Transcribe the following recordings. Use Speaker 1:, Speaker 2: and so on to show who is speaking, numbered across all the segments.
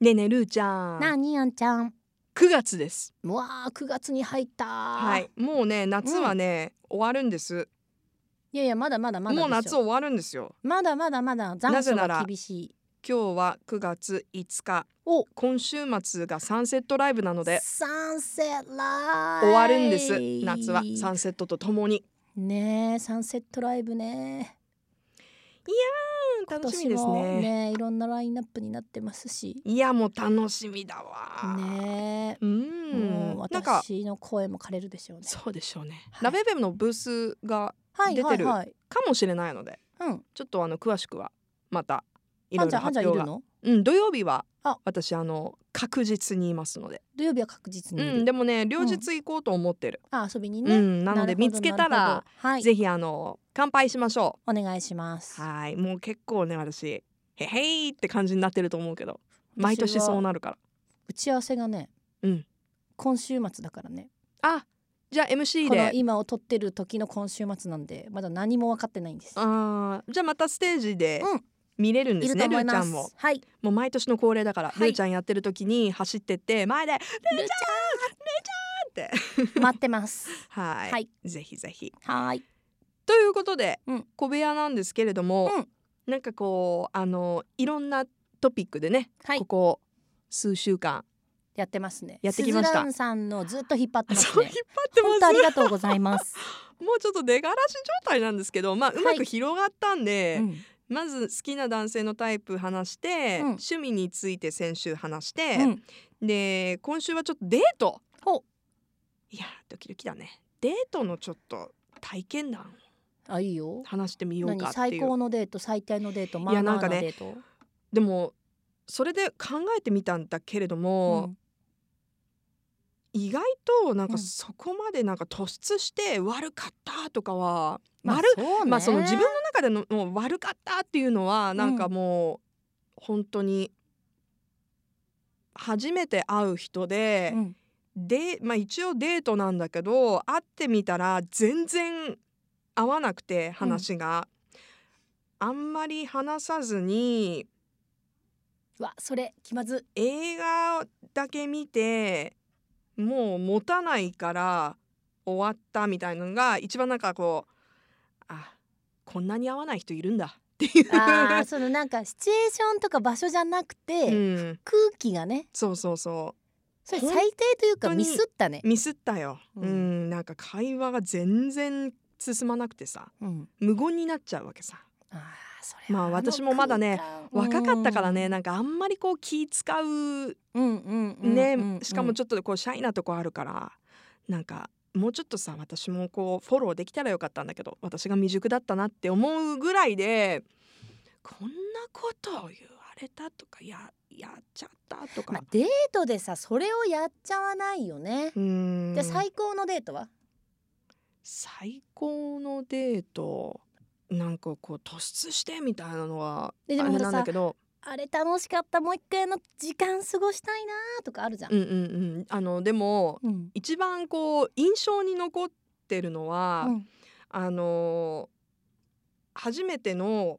Speaker 1: ねえねえるーちゃん
Speaker 2: なあにあんちゃん
Speaker 1: 9月です
Speaker 2: うわあ9月に入ったは
Speaker 1: はいもうね夏はね、終わるんです
Speaker 2: いやいやまだまだまだ
Speaker 1: もう
Speaker 2: で
Speaker 1: 夏
Speaker 2: しょ
Speaker 1: 終わるんですよ
Speaker 2: まだまだまだ残
Speaker 1: なぜ
Speaker 2: 暑
Speaker 1: なら
Speaker 2: が厳しい
Speaker 1: 今日は9月5日
Speaker 2: お
Speaker 1: 今週末がサンセットライブなので
Speaker 2: サンセットライブ
Speaker 1: 終わるんです夏はサンセットとともに
Speaker 2: ねえサンセットライブね
Speaker 1: うん楽しみ
Speaker 2: 今
Speaker 1: です
Speaker 2: 年も
Speaker 1: ね
Speaker 2: ねいろんなラインナップになってますし
Speaker 1: いやもう楽しみだわ、
Speaker 2: ね
Speaker 1: う
Speaker 2: え
Speaker 1: ん
Speaker 2: もう
Speaker 1: なんか
Speaker 2: 私の声も枯れるでしょうね
Speaker 1: そうでしょうね、
Speaker 2: はい
Speaker 1: ラベベムのブースが
Speaker 2: はい
Speaker 1: 出
Speaker 2: は
Speaker 1: て
Speaker 2: い
Speaker 1: る
Speaker 2: はい
Speaker 1: かもしれないので
Speaker 2: うん
Speaker 1: ちょっとあの詳しくはまたい
Speaker 2: あ
Speaker 1: ろ
Speaker 2: ん
Speaker 1: い
Speaker 2: ちゃ
Speaker 1: ろ
Speaker 2: んあん
Speaker 1: 発
Speaker 2: ちゃんい
Speaker 1: 表
Speaker 2: る
Speaker 1: が
Speaker 2: の
Speaker 1: うん、土曜日は
Speaker 2: あ
Speaker 1: 私あの確実にいますので、
Speaker 2: 土曜日は確実にいる、
Speaker 1: うん、でもね両日行こうと思ってる、
Speaker 2: あ遊びに
Speaker 1: うん
Speaker 2: ね、
Speaker 1: なので
Speaker 2: るほど
Speaker 1: 見つけた
Speaker 2: なる
Speaker 1: ら、
Speaker 2: ほどはい
Speaker 1: ぜひあの乾杯しましょ
Speaker 2: お願いします
Speaker 1: うはいもう結構ね私へへいって感じになってると思うけど毎年そうなるから
Speaker 2: 打ち合わせがね、
Speaker 1: うん
Speaker 2: 今週末だからね
Speaker 1: あじゃあ MC
Speaker 2: この
Speaker 1: で
Speaker 2: 今を撮ってる時の今週末なんでまだ何も分かってないんです
Speaker 1: あーじゃあまたステージで
Speaker 2: うん
Speaker 1: 見れるんで
Speaker 2: い
Speaker 1: す
Speaker 2: ると
Speaker 1: ね、
Speaker 2: 思
Speaker 1: ルー
Speaker 2: い
Speaker 1: ちゃ
Speaker 2: ま
Speaker 1: んも
Speaker 2: すはい
Speaker 1: もう毎年の恒例だから、
Speaker 2: はい
Speaker 1: ルーちゃんやってる時に走ってって前で
Speaker 2: ル
Speaker 1: ルーちゃん
Speaker 2: ちゃん待ってます
Speaker 1: はい
Speaker 2: はい
Speaker 1: ぜひぜひ
Speaker 2: はい
Speaker 1: ということで、
Speaker 2: うん
Speaker 1: 小部屋なんですけれども、
Speaker 2: うん
Speaker 1: なんかこうあのいろんなトピックでね、
Speaker 2: はい
Speaker 1: ここ数週間
Speaker 2: やってますね
Speaker 1: やってきました
Speaker 2: スズランさんのずっと引っ張ってます
Speaker 1: そう
Speaker 2: ね
Speaker 1: 引っ張って
Speaker 2: 本当あ
Speaker 1: ま
Speaker 2: りがとうござ います、
Speaker 1: すもうちょっと出がらし状態なんですけど、まあ、うまく広がったんで、
Speaker 2: うん
Speaker 1: まず好きな男性のタイプ話して、
Speaker 2: うん
Speaker 1: 趣味について先週話して
Speaker 2: う、ん、
Speaker 1: で今週はちょっとデート
Speaker 2: ほ
Speaker 1: いやドキドキだねデートのちょっと体験談
Speaker 2: あいいよ
Speaker 1: 話してみよう
Speaker 2: 何
Speaker 1: かって
Speaker 2: 最
Speaker 1: いう
Speaker 2: 高のデート最低のデートま
Speaker 1: いや
Speaker 2: あま
Speaker 1: な
Speaker 2: あ
Speaker 1: んか
Speaker 2: な
Speaker 1: ね
Speaker 2: デート
Speaker 1: でもそれで考えてみたんだけれども、
Speaker 2: うん
Speaker 1: 意外となん
Speaker 2: う
Speaker 1: か
Speaker 2: ん
Speaker 1: そこまでなんか突出して悪かったとかは、
Speaker 2: まあ
Speaker 1: 悪
Speaker 2: そうね
Speaker 1: まあその自分の中でのもう悪かったっていうのはなんかもう本当に初めて会う人で、
Speaker 2: うん
Speaker 1: でまあ一応デートなんだけど会ってみたら全然合わなくて話が、あんまり話さずに
Speaker 2: うわそれ気まず
Speaker 1: 映画だけ見てもう持たないから終わったみたいなのが一番なんかこうあこんなに合わない人いるんだって いう
Speaker 2: あーそのなんかシチュエーションとか場所じゃなくて、
Speaker 1: うん、
Speaker 2: 空気がね
Speaker 1: そうそうそ
Speaker 2: それ最低というか
Speaker 1: 本当に
Speaker 2: ミスったね
Speaker 1: う、ミスったよ、う
Speaker 2: うんん
Speaker 1: なんか会話が全然進まなくてさ
Speaker 2: うん、
Speaker 1: 無言になっちゃうわけさ
Speaker 2: あーそれは
Speaker 1: まあ
Speaker 2: の
Speaker 1: 私もまだね
Speaker 2: 空間
Speaker 1: 若かったからね、なんかあんまりこう気使う
Speaker 2: うんうんうん
Speaker 1: ね、
Speaker 2: うんうん
Speaker 1: しかもちょっとこうシャイなとこあるからなんかもうちょっとさ私もこうフォローできたらよかったんだけど私が未熟だったなって思うぐらいでこんなことを言われたとかややっちゃったとか、
Speaker 2: まあ、デートでさそれをやっちゃわないよね
Speaker 1: う、ーん
Speaker 2: じゃあ最高のデートは
Speaker 1: 最高のデートなんかこう突出してみたいなのはあ
Speaker 2: ででも
Speaker 1: れなんだ
Speaker 2: さ
Speaker 1: けど
Speaker 2: あれ楽しかったもう一回の時間過ごしたいなーとかあるじゃん、
Speaker 1: うんうんうんあのでも
Speaker 2: うん
Speaker 1: 一番こう印象に残ってるのは、
Speaker 2: うん
Speaker 1: あのー初めての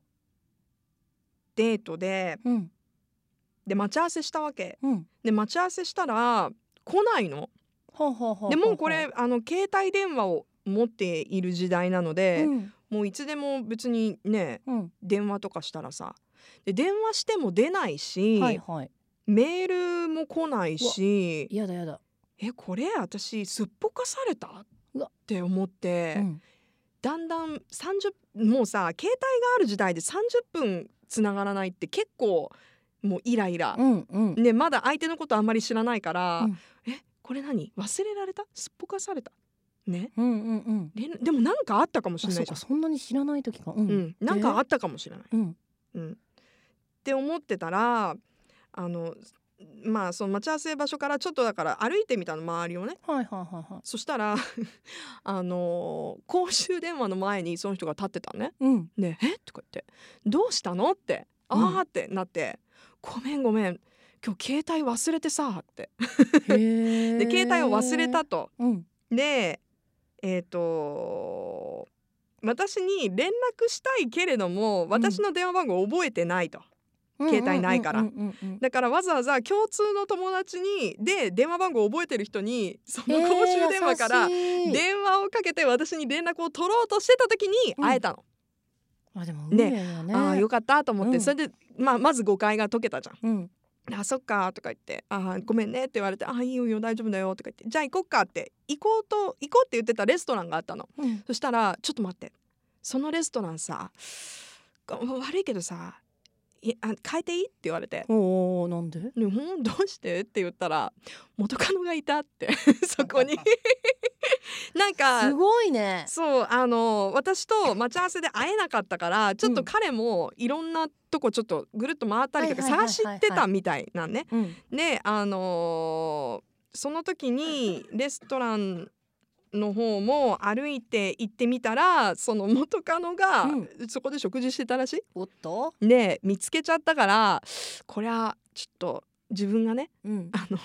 Speaker 1: デートで
Speaker 2: うん
Speaker 1: で待ち合わせしたわけ
Speaker 2: うん
Speaker 1: で待ち合わせしたら来ないの
Speaker 2: ほうほうほうほう
Speaker 1: でもうこれ、あの携帯電話を持っている時代なので、
Speaker 2: うん
Speaker 1: もういつでも別にね
Speaker 2: うん、
Speaker 1: 電話とかしたらさで電話しても出ないし、
Speaker 2: はいはい
Speaker 1: メールも来ないし
Speaker 2: やだやだ、
Speaker 1: えこれ私すっぽかされたっ
Speaker 2: うわ
Speaker 1: て思って。
Speaker 2: うん
Speaker 1: だんだん30もうさ携帯がある時代で30分つながらないって結構もうイライラ
Speaker 2: う、んうん、
Speaker 1: ね、まだ相手のことあんまり知らないから、
Speaker 2: うん
Speaker 1: えこれ何忘れられたすっぽかされたね
Speaker 2: うんうんうん
Speaker 1: 連でもなんかあったかもし
Speaker 2: あ
Speaker 1: れな
Speaker 2: そ
Speaker 1: いうじゃ
Speaker 2: か
Speaker 1: ん
Speaker 2: そんなに知らない時かう
Speaker 1: う、ん、なんかあったかもしれない、
Speaker 2: うん
Speaker 1: うん、って思ってたらあのまあその待ち合わせ場所からちょっとだから歩いてみたの周りをね
Speaker 2: はいはいはいは
Speaker 1: そしたら あの公衆電話の前にその人が立ってたのね
Speaker 2: いうん
Speaker 1: で「えとか言って「どうしたの?」って「あ
Speaker 2: うん
Speaker 1: ーってなって「ごめんごめん今日携帯忘れてさ」って
Speaker 2: へ
Speaker 1: で
Speaker 2: ー
Speaker 1: 携帯を忘れたと。
Speaker 2: うん
Speaker 1: でえっ、と私に連絡したいけれども私の電話番号覚えてないと。携帯ないから
Speaker 2: うんうんうんうん
Speaker 1: だからわざわざ共通の友達にで電話番号を覚えてる人にその公衆電話から
Speaker 2: えー優しい
Speaker 1: 電話をかけて私に連絡を取ろうとしてた時に会えたの、
Speaker 2: あでも運
Speaker 1: ね
Speaker 2: 命よね
Speaker 1: ああよかったと思って、
Speaker 2: うん
Speaker 1: それで、まあ、まず誤解が解けたじゃん
Speaker 2: うん
Speaker 1: 「あそっか」とか言って「あごめんね」って言われて「あいいよいいよ大丈夫だよ」とか言って「じゃあ行こっか」って行こうと行こうって言ってたレストランがあったの
Speaker 2: うん
Speaker 1: そしたら「ちょっと待ってそのレストランさが悪いけどさいあ変えていい?」って言われて
Speaker 2: おーなんで
Speaker 1: 「でもどうして?」って言ったら「元カノがいた」って そこ になんか
Speaker 2: すごいね
Speaker 1: そうあの私と待ち合わせで会えなかったからちょっと彼もいろんなとこちょっとぐるっと回ったりとか
Speaker 2: はいはいはい
Speaker 1: 探
Speaker 2: は
Speaker 1: し
Speaker 2: いはい
Speaker 1: てたみたいなんね。
Speaker 2: うん
Speaker 1: であのーその時にレストランの方も歩いて行ってみたらその元カノが
Speaker 2: うん
Speaker 1: そこで食事してたらし
Speaker 2: おっと
Speaker 1: い。で見つけちゃったからこりゃちょっと自分がね
Speaker 2: うん
Speaker 1: あの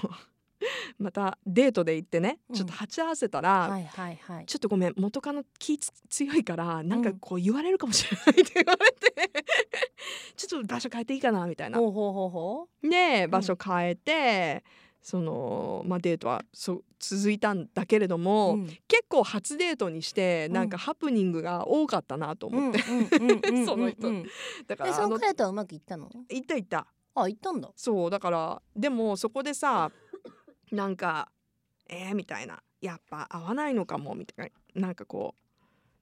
Speaker 1: またデートで行ってねちょっと鉢合わせたら
Speaker 2: はいはいはい
Speaker 1: ちょっとごめん元カノ気つ強いからなんか
Speaker 2: うん
Speaker 1: こう言われるかもしれないって言われて ちょっと場所変えていいかなみたいな。
Speaker 2: ほうほうほうほ
Speaker 1: で
Speaker 2: ん
Speaker 1: 場所変えて、その、まあ、デートはそう続いたんだけれど
Speaker 2: う
Speaker 1: も、
Speaker 2: うん
Speaker 1: 結構初デートにして
Speaker 2: うん
Speaker 1: なんかハプニングが多かったなと
Speaker 2: うん
Speaker 1: 思
Speaker 2: う
Speaker 1: っ
Speaker 2: ん
Speaker 1: て、
Speaker 2: うんう ん
Speaker 1: その人
Speaker 2: うん
Speaker 1: だか
Speaker 2: で
Speaker 1: らあ
Speaker 2: その
Speaker 1: の
Speaker 2: 彼とはうまくいったの
Speaker 1: 行った行った
Speaker 2: あ行ったんだ
Speaker 1: そうだからでもそこでさなんかえー、みたいなやっぱ合わないのかもみたいななんかこ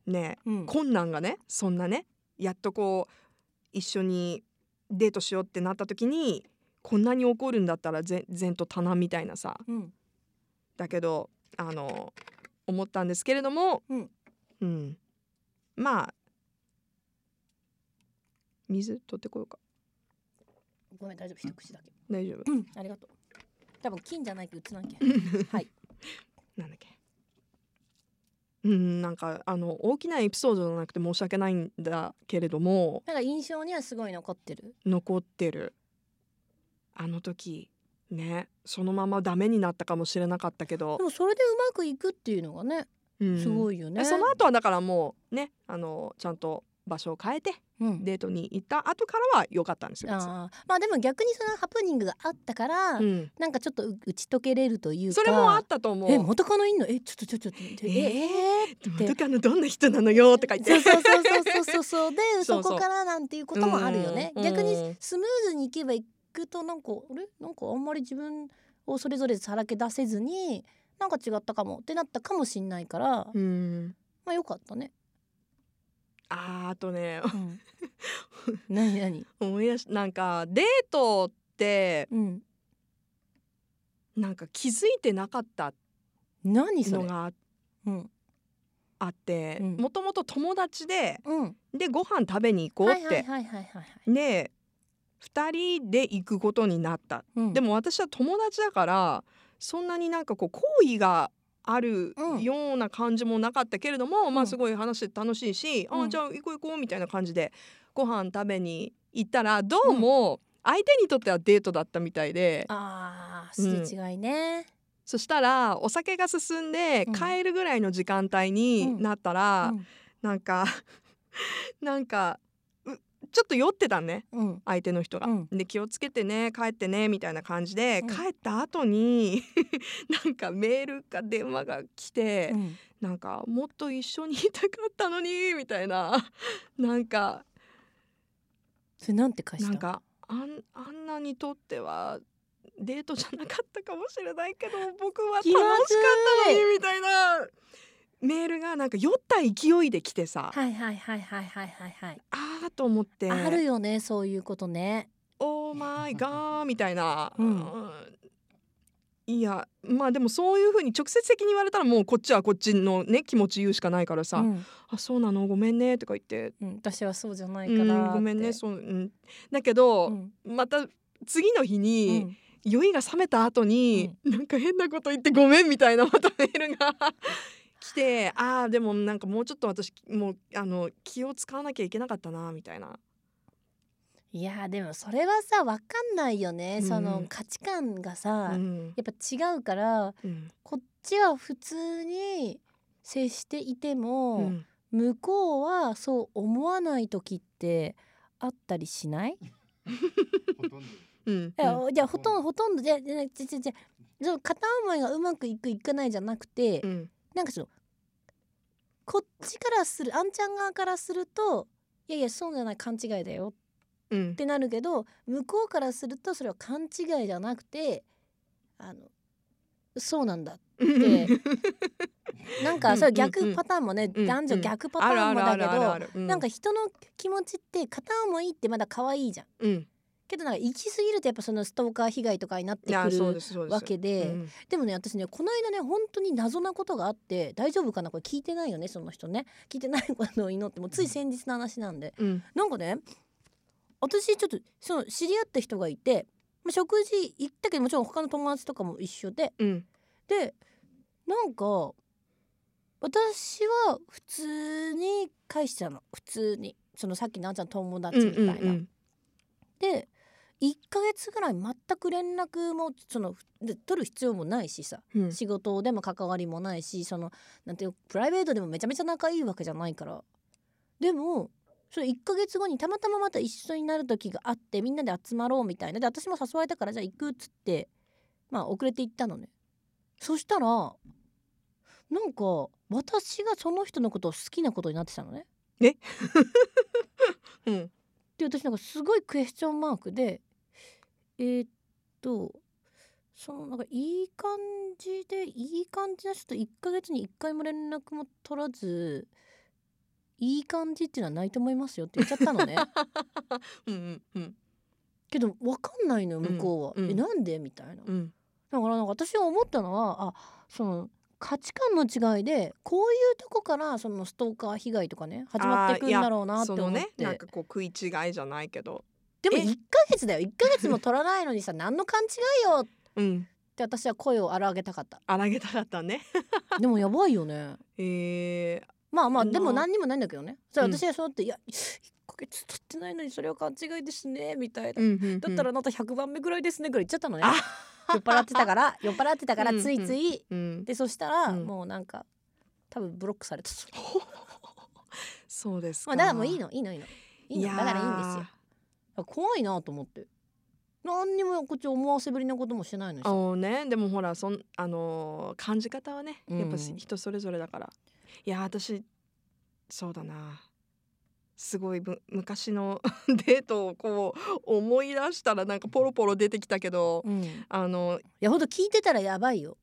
Speaker 1: うねえ
Speaker 2: うん
Speaker 1: 困難がねそんなねやっとこう一緒にデートしようってなった時にこんなに怒るんだったらぜ前途多難みたいなさ
Speaker 2: うん
Speaker 1: だけどあの思ったんですけれども、
Speaker 2: うん
Speaker 1: うんまあ水取ってこようか
Speaker 2: ごめん大丈夫一口だけ
Speaker 1: 大丈夫
Speaker 2: うんありがとう多分金じゃないけど映らんけんはい
Speaker 1: なんだっけうんなんかあの大きなエピソードじゃなくて申し訳ないんだけれども
Speaker 2: なんか印象にはすごい残ってる
Speaker 1: 残ってるあの時ねそのままダメになったかもしれなかったけど
Speaker 2: で、もそれでうまくいくっていうのがね
Speaker 1: うん
Speaker 2: すごいよね
Speaker 1: その後はだからもうねあのちゃんと場所を変えて
Speaker 2: うん
Speaker 1: デートに行った後からは良かったんですよ。別に
Speaker 2: あーまあでも逆にそのハプニングがあったから、
Speaker 1: うん、
Speaker 2: なんかちょっとう打ち解けれるというか
Speaker 1: それもあったと思う。
Speaker 2: え元カノいんのえちょっとちょっとちょっとえええ
Speaker 1: で元カノどんな人なのよとか言って
Speaker 2: そうそうそうそうそうそうで
Speaker 1: そうそう
Speaker 2: そこからなんていうこともあるよね
Speaker 1: うん
Speaker 2: 逆
Speaker 1: う
Speaker 2: に
Speaker 1: ん
Speaker 2: スムーズにいけばいくとなんかあれなんかあんまり自分をそれぞれさらけ出せずになんか違ったかもってなったかもしんないから、
Speaker 1: うん
Speaker 2: まあよかったね、
Speaker 1: あーあとね
Speaker 2: うん、何何
Speaker 1: 思い出しなんかデートって
Speaker 2: うん
Speaker 1: なんか気づいてなかった
Speaker 2: 何そ
Speaker 1: の
Speaker 2: れ
Speaker 1: が
Speaker 2: うん
Speaker 1: あって
Speaker 2: うん
Speaker 1: もともと友達で
Speaker 2: うん
Speaker 1: でご飯食べに行こう
Speaker 2: は
Speaker 1: っ
Speaker 2: いはい
Speaker 1: て
Speaker 2: はいはいはいはい、
Speaker 1: で2人で行くことになった、
Speaker 2: うん、
Speaker 1: でも私は友達だからそんなになんかこう好意がある
Speaker 2: うん
Speaker 1: ような感じもなかったけれども、ま
Speaker 2: う
Speaker 1: あ
Speaker 2: ん
Speaker 1: すごい話して楽しいし、
Speaker 2: う
Speaker 1: あ
Speaker 2: ん
Speaker 1: じゃあ行こう行こうみたいな感じでご飯食べに行ったらどうも相手にとってはデートだったみたいで
Speaker 2: あーすれ違いね、
Speaker 1: そしたらお酒が進んで
Speaker 2: うん
Speaker 1: 帰るぐらいの時間帯になった
Speaker 2: う
Speaker 1: ら、
Speaker 2: ん
Speaker 1: なんか なんかうちょっと酔ってたね
Speaker 2: うん
Speaker 1: 相手の人が。
Speaker 2: うん
Speaker 1: で気をつけてね帰ってねみたいな感じで、
Speaker 2: うん
Speaker 1: 帰った後に なんかメールか電話が来て、
Speaker 2: うん
Speaker 1: なんかもっと一緒にいたかったのにみたいななんか
Speaker 2: それなんて返した
Speaker 1: なんかあんあんなにとってはデートじゃなかったかもしれないけど僕は楽
Speaker 2: 気
Speaker 1: し
Speaker 2: ま
Speaker 1: か
Speaker 2: ずい
Speaker 1: ったのにみたいなメールがなんか酔った勢いで来てさ、
Speaker 2: はいはいはいはいはいはいはい、
Speaker 1: ああと思って
Speaker 2: あるよねそういうことね
Speaker 1: オーマイガーみたいな、
Speaker 2: うん
Speaker 1: いやまあでもそういうふうに直接的に言われたらもうこっちはこっちのね気持ち言うしかないからさ「
Speaker 2: うん
Speaker 1: あそうなのごめんね」とか言って
Speaker 2: うん、私はそうじゃ
Speaker 1: 「
Speaker 2: ないうから
Speaker 1: んごめんね」そう、うん、だけど、
Speaker 2: ん
Speaker 1: また次の日
Speaker 2: う
Speaker 1: に、
Speaker 2: ん
Speaker 1: 酔いが覚めた後に、なんか変なこと言って「ごめん」みたいなまたメールが来て「ああでもなんかもうちょっと私もうあの気を使わなきゃいけなかったな」みたいな。
Speaker 2: いやでもそれはさわかんないよね、
Speaker 1: うん
Speaker 2: その価値観がさ、
Speaker 1: うん
Speaker 2: やっぱ違うから
Speaker 1: うん
Speaker 2: こっちは普通に接していても、
Speaker 1: うん
Speaker 2: 向こうはそう思わない時ってあったりしない
Speaker 3: ほとんど
Speaker 1: うん
Speaker 2: いや
Speaker 1: うん
Speaker 2: じゃあほとんどほとんどじゃじゃじゃじゃじゃその片思いがうまくいくいかないじゃなくて、
Speaker 1: うん
Speaker 2: なんかそのこっちからするあんちゃん側からするといやいやそうじゃない勘違いだよ
Speaker 1: うん
Speaker 2: ってなるけど向こうからするとそれは勘違いじゃなくてあのそうなんだっ
Speaker 1: うん
Speaker 2: て なんかそ
Speaker 1: うんう
Speaker 2: れは
Speaker 1: ん
Speaker 2: 逆
Speaker 1: うん
Speaker 2: パターンもね、
Speaker 1: うん
Speaker 2: 男女逆パタ
Speaker 1: ある
Speaker 2: ー
Speaker 1: あ
Speaker 2: ンも
Speaker 1: る
Speaker 2: だ
Speaker 1: あ
Speaker 2: け
Speaker 1: る
Speaker 2: ど、
Speaker 1: あるあるう
Speaker 2: なんか人の気持ちって片思いってまだ可愛いじゃん
Speaker 1: うん
Speaker 2: けどなんか行き過ぎるとやっぱそのストーカー被害とかになって
Speaker 1: いや
Speaker 2: く
Speaker 1: そう
Speaker 2: る
Speaker 1: ですそうです
Speaker 2: わけでで,、
Speaker 1: うん
Speaker 2: もね私ねこの間ね本当に謎なことがあって大丈夫かなこれ聞いてないよねその人ね聞いてない ことを祈ってもうつい先日の話なんで
Speaker 1: うん
Speaker 2: なんかね私ちょっとその知り合った人がいてまあ食事行ったけどもちろん他の友達とかも一緒で
Speaker 1: うん
Speaker 2: でなんか私は普通に返してたの普通にそのさっきのあんちゃんの友達
Speaker 1: う
Speaker 2: みたい
Speaker 1: ん
Speaker 2: な。
Speaker 1: うん
Speaker 2: で1ヶ月ぐらい全く連絡もそので取る必要もないしさ
Speaker 1: うん
Speaker 2: 仕事でも関わりもないしそのなんていうのプライベートでもめちゃめちゃ仲いいわけじゃないからでもそれ1ヶ月後にたまたままた一緒になる時があってみんなで集まろうみたいなで私も誘われたからじゃあ行くっつってまあ遅れて行ったのねそしたらなんか私がその人のことを好きなことになってたのね
Speaker 1: うん
Speaker 2: で私なんかすごいクエスチョンマークでえーっとそのなんかいい感じでいい感じな人と1ヶ月に1回も連絡も取らずいい感じっていうのはないと思いますよって言っちゃった のね
Speaker 1: うんうん
Speaker 2: けど分かんないのよ向こうは、
Speaker 1: うんうん
Speaker 2: えなんでみたいな
Speaker 1: う
Speaker 2: だ
Speaker 1: ん
Speaker 2: からなんか私が思ったのはあその価値観の違いでこういうとこからそのストーカー被害とかね始まってくんだろうなって
Speaker 1: そ
Speaker 2: 思
Speaker 1: の
Speaker 2: って
Speaker 1: ねなんかこう食い違いじゃないけど
Speaker 2: でも
Speaker 1: え
Speaker 2: 1ヶ月だよ1ヶ月も取らないのにさ何の勘違いよっ
Speaker 1: うん
Speaker 2: て私は声を荒げたかった
Speaker 1: 荒げたかったね
Speaker 2: でもやばい よね
Speaker 1: えー
Speaker 2: まあまあ
Speaker 1: なあ
Speaker 2: でも何にもないんだけどねそれ
Speaker 1: うん
Speaker 2: 私はそうやって「いや1ヶ月取ってないのにそれは勘違いですね」みたいな、
Speaker 1: うんうんうん
Speaker 2: だったらあなた100番目ぐらいですね」ぐらい言っちゃったのね
Speaker 1: あ
Speaker 2: 酔っ払ってたから酔っ払ってたから
Speaker 1: うんうん
Speaker 2: ついつい、
Speaker 1: うん
Speaker 2: でそしたら
Speaker 1: うん
Speaker 2: もうなんか多分ブロックされた、
Speaker 1: そうです
Speaker 2: ま
Speaker 1: か
Speaker 2: あだからもういいのいいのいいのいい
Speaker 1: や
Speaker 2: の
Speaker 1: ー
Speaker 2: だからいいんですよ怖いなと思って何にもこっち思わせぶりなこともしてないのに
Speaker 1: あ
Speaker 2: さ
Speaker 1: のねでもほらそんあのー感じ方はねやっぱし
Speaker 2: うん
Speaker 1: 人それぞれだから、いや私そうだなすごいむ昔の デートをこう思い出したらなんかポロポロ出てきたけど
Speaker 2: うん、い
Speaker 1: あの
Speaker 2: やほんと聞いてたらやばいよ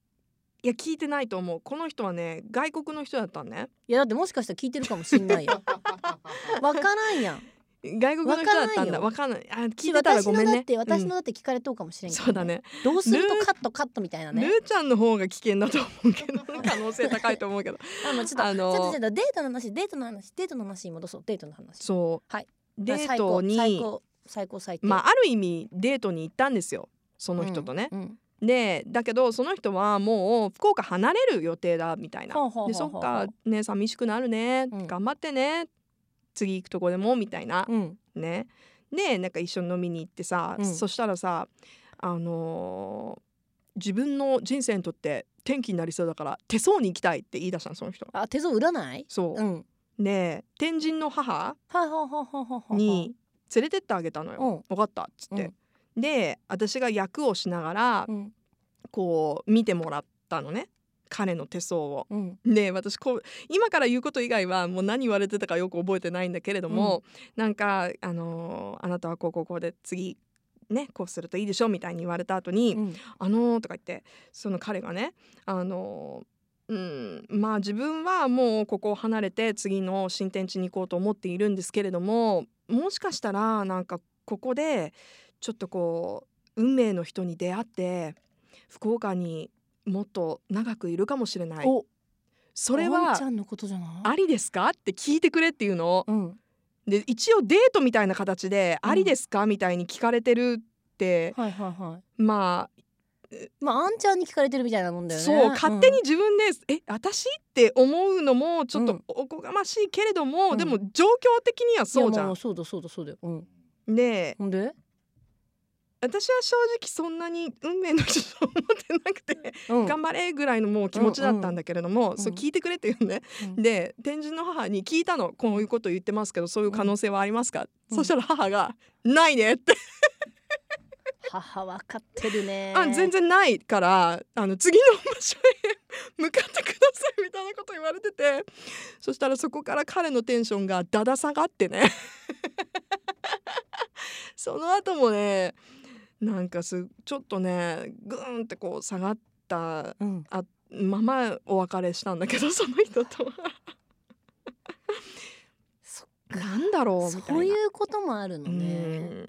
Speaker 1: いや聞いてないと思うこの人はね外国の人だったんね
Speaker 2: いやだってもしかしたら聞いてるかもしんないよ わからんやん
Speaker 1: 外国の人だったんだわ
Speaker 2: わ
Speaker 1: かんないあ聞いてたらごめんね
Speaker 2: 私のだって私の
Speaker 1: う
Speaker 2: だって聞かれとうかもしれ
Speaker 1: ん
Speaker 2: んけど、
Speaker 1: そうだね
Speaker 2: どうするとカットカットみたいな
Speaker 1: ル
Speaker 2: ね
Speaker 1: ーちゃんの方が危険だと思うけど可能性高いと思うけど
Speaker 2: あも うちょっと
Speaker 1: あの
Speaker 2: ちょっとちょっとデートの話デートの話デートの話に戻そうデートの話
Speaker 1: そう、
Speaker 2: はい
Speaker 1: デー
Speaker 2: 最
Speaker 1: ト
Speaker 2: 高
Speaker 1: に
Speaker 2: 最高最高最低
Speaker 1: まあある意味デートに行ったんですよその人とね。
Speaker 2: うんうん
Speaker 1: でだけどその人はもう福岡離れる予定だみたいな。
Speaker 2: ほうほう
Speaker 1: で
Speaker 2: ほ
Speaker 1: そうっ
Speaker 2: ほう
Speaker 1: かね寂しくなるね、
Speaker 2: うん
Speaker 1: 頑張ってね次行くとこでもみたいな、
Speaker 2: うん
Speaker 1: ね。でなんか一緒に飲みに行ってさ、
Speaker 2: うん
Speaker 1: そしたらさあのー自分の人生にとって天気になりそうだから手相に行きたいって言い出したのその人。
Speaker 2: あ手相占い
Speaker 1: そう、
Speaker 2: うん
Speaker 1: で天神の母
Speaker 2: はいはいはいはいはいはい
Speaker 1: に連れてってあげたのよ。分かったっつって。で私が役をしながら
Speaker 2: うん
Speaker 1: こう見てもらったのね彼の手相を。
Speaker 2: うん
Speaker 1: で私こう今から言うこと以外はもう何言われてたかよく覚えてないんだけれども、なんか、あのーあなたはこうこうこうで次ねこうするといいでしょ」みたいに言われた後に「
Speaker 2: うん
Speaker 1: あのー」とか言ってその彼がね「あのーうん、まあ自分はもうここを離れて次の新天地に行こうと思っているんですけれどももしかしたらなんかここでちょっとこう運命の人に出会って福岡にもっと長くいるかもしれない
Speaker 2: お
Speaker 1: それ
Speaker 2: ワン
Speaker 1: は
Speaker 2: ちゃんのことじゃない
Speaker 1: ありですかって聞いてくれっていうのを
Speaker 2: うん
Speaker 1: で一応デートみたいな形で
Speaker 2: うん
Speaker 1: ありですかみたいに聞かれてるって
Speaker 2: はいはいは
Speaker 1: まあ
Speaker 2: いまああんちゃんに聞かれてるみたいなもんだよね
Speaker 1: そう勝手に自分で「え私?」って思うのもちょっとおこがましいけれども、
Speaker 2: うん
Speaker 1: でも状況的にはそうじ
Speaker 2: い
Speaker 1: ゃ
Speaker 2: やも
Speaker 1: ん
Speaker 2: う。そうだそうだそうだようん
Speaker 1: で
Speaker 2: ほんで
Speaker 1: 私は正直そんなに運命の人と思ってなくて、
Speaker 2: うん
Speaker 1: 頑張れぐらいのもう気持ちだったんだけれども、
Speaker 2: ん
Speaker 1: そう聞いてくれって言うんで、
Speaker 2: うん
Speaker 1: で天神の母に聞いたのこういうこと言ってますけどそういう可能性はありますか、
Speaker 2: うん
Speaker 1: そしたら母が「ないね」って、
Speaker 2: 母分かってるね
Speaker 1: あ全然ないからあの次の場所へ向かってくださいみたいなこと言われててそしたらそこから彼のテンションがだだ下がってね その後もねなんかすちょっとねグーンってこう下がった
Speaker 2: うん
Speaker 1: ままお別れしたんだけどその人とは。
Speaker 2: そ
Speaker 1: なんだろうみたいな。
Speaker 2: そういうこともあるのね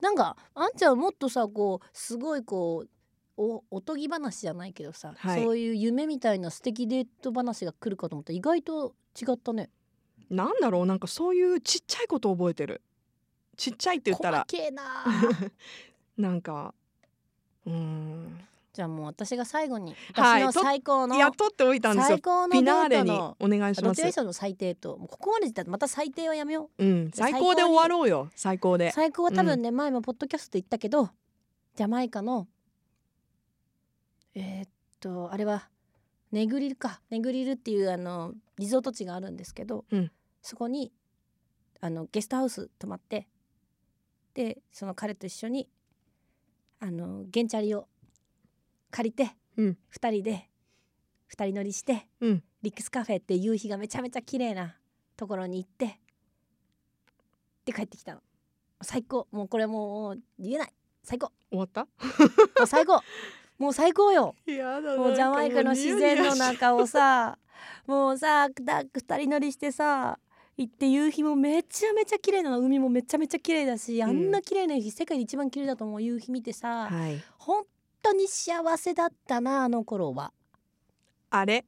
Speaker 2: なんかあんちゃんもっとさこうすごいこうおおとぎ話じゃないけどさ、
Speaker 1: はい
Speaker 2: そういう夢みたいな素敵デート話が来るかと思ったら意外と違ったね
Speaker 1: うんなんだろうなんかそういうちっちゃいこと覚えてるちっちゃいって言ったら
Speaker 2: 細け えなあ
Speaker 1: なんかうーん
Speaker 2: じゃあもう私が最後に
Speaker 1: はい
Speaker 2: 私の
Speaker 1: と
Speaker 2: 最高の、
Speaker 1: いや取っておいたんですよ
Speaker 2: 最高
Speaker 1: フィナ
Speaker 2: の
Speaker 1: ー
Speaker 2: デー
Speaker 1: レ
Speaker 2: ト
Speaker 1: に
Speaker 2: の
Speaker 1: お願いし
Speaker 2: ど
Speaker 1: ま
Speaker 2: っちがいい
Speaker 1: す
Speaker 2: その最低ともうここまでだってまた最低はやめよ
Speaker 1: うん最高で終わろうよ最高
Speaker 2: う
Speaker 1: で
Speaker 2: 最高は多分ね、前もポッドキャストで言ったけどジャマイカのえーっとあれはネグリルかネグリルっていうあのリゾート地があるんですけど、
Speaker 1: うん
Speaker 2: そこにあのゲストハウス泊まってでその彼と一緒にあのゲンチャリを借りて、
Speaker 1: う
Speaker 2: 二
Speaker 1: ん
Speaker 2: 2人で2人乗りして
Speaker 1: うん
Speaker 2: リックスカフェっていう夕日がめちゃめちゃ綺麗なところに行ってで帰ってきたの最高もうこれもう言えない最高
Speaker 1: 終わった
Speaker 2: もう最高もう最高よ
Speaker 1: いやだ
Speaker 2: もうジャマイカの自然の
Speaker 1: 中
Speaker 2: 中をさもうさだ二人乗りしてさ行って夕日もめちゃめちゃ綺麗なの海もめちゃめちゃ綺麗だし、あんな綺麗な夕日世界で一番綺麗だと思う夕日見てさ、
Speaker 1: はい
Speaker 2: 本当に幸せだったなあの頃は
Speaker 1: あれ